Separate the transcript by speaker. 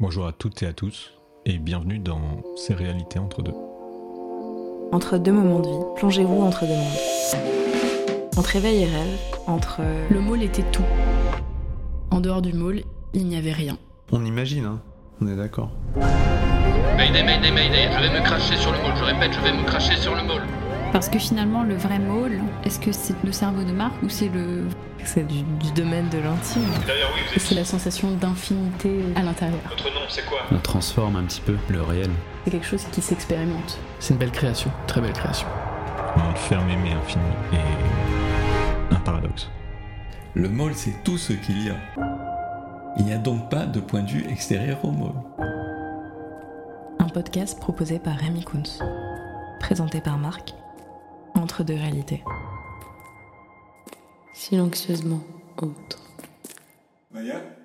Speaker 1: Bonjour à toutes et à tous et bienvenue dans Ces réalités entre deux.
Speaker 2: Entre deux moments de vie, plongez-vous entre deux mondes. Entre éveil et rêve, entre... euh,
Speaker 3: Le môle était tout. En dehors du môle, il n'y avait rien.
Speaker 4: On imagine, hein On est d'accord.
Speaker 5: Mayday, mayday, mayday, je vais me cracher sur le môle, je répète, je vais me cracher sur le môle.
Speaker 6: Parce que finalement, le vrai môle, est-ce que c'est le cerveau de Marc ou c'est le...
Speaker 7: C'est du, du domaine de l'intime.
Speaker 8: D'ailleurs, oui, vous êtes...
Speaker 3: C'est la sensation d'infinité à l'intérieur.
Speaker 8: Votre nom, c'est quoi
Speaker 9: On transforme un petit peu le réel.
Speaker 3: C'est quelque chose qui s'expérimente.
Speaker 10: C'est une belle création, très belle création.
Speaker 1: Un fermé mais infini et un paradoxe.
Speaker 11: Le môle, c'est tout ce qu'il y a. Il n'y a donc pas de point de vue extérieur au môle.
Speaker 2: Un podcast proposé par Rémi Kunz, présenté par Marc, entre deux réalités.
Speaker 12: Silencieusement autre.
Speaker 13: Maya